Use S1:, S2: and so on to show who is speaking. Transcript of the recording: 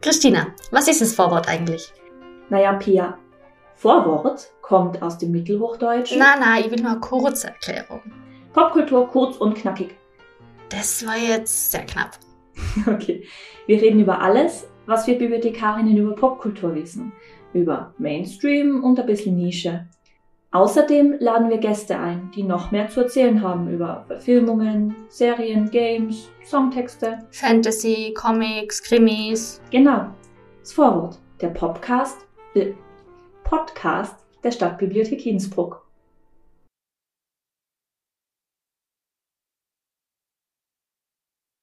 S1: Christina, was ist das Vorwort eigentlich?
S2: Naja, Pia, Vorwort kommt aus dem Mittelhochdeutschen.
S1: Na, na, ich will nur eine kurze Erklärung.
S2: Popkultur kurz und knackig.
S1: Das war jetzt sehr knapp.
S2: Okay. Wir reden über alles, was wir Bibliothekarinnen über Popkultur wissen. Über Mainstream und ein bisschen Nische. Außerdem laden wir Gäste ein, die noch mehr zu erzählen haben über Verfilmungen, Serien, Games, Songtexte.
S1: Fantasy, Comics, Krimis.
S2: Genau. Das Vorwort. Der Popcast. Äh, Podcast der Stadtbibliothek Innsbruck.